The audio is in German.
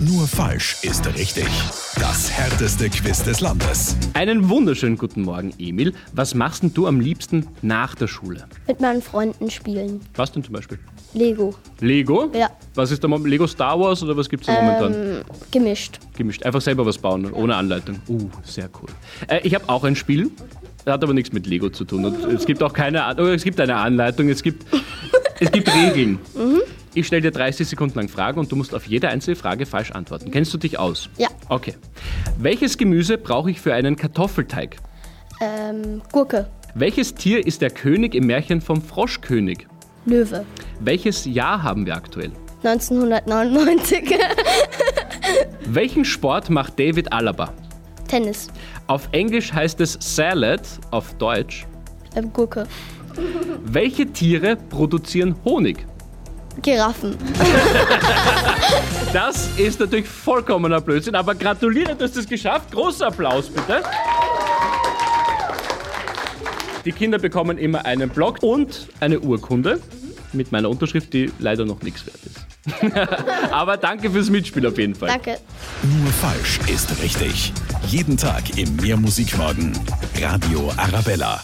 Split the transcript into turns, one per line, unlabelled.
Nur falsch ist richtig. Das härteste Quiz des Landes.
Einen wunderschönen guten Morgen, Emil. Was machst denn du am liebsten nach der Schule?
Mit meinen Freunden spielen.
Was denn zum Beispiel?
Lego.
Lego?
Ja. Ähm.
Was ist da mom- Lego Star Wars oder was gibt's da momentan?
Gemischt.
Gemischt. Einfach selber was bauen, ohne Anleitung. Uh, sehr cool. Äh, ich habe auch ein Spiel, hat aber nichts mit Lego zu tun. Und es gibt auch keine An oder es gibt eine Anleitung, es gibt, es gibt Regeln.
Mhm.
Ich stelle dir 30 Sekunden lang Fragen und du musst auf jede einzelne Frage falsch antworten. Kennst du dich aus?
Ja.
Okay. Welches Gemüse brauche ich für einen Kartoffelteig?
Ähm, Gurke.
Welches Tier ist der König im Märchen vom Froschkönig?
Löwe.
Welches Jahr haben wir aktuell?
1999.
Welchen Sport macht David Alaba?
Tennis.
Auf Englisch heißt es Salad, auf Deutsch
Ähm, Gurke.
Welche Tiere produzieren Honig?
Giraffen.
Das ist natürlich vollkommener Blödsinn, aber gratuliere, dass du es geschafft. Großer Applaus bitte. Die Kinder bekommen immer einen Block und eine Urkunde mit meiner Unterschrift, die leider noch nichts wert ist. aber danke fürs Mitspiel auf jeden Fall.
Danke.
Nur falsch ist richtig. Jeden Tag im Mehrmusikmorgen. Radio Arabella.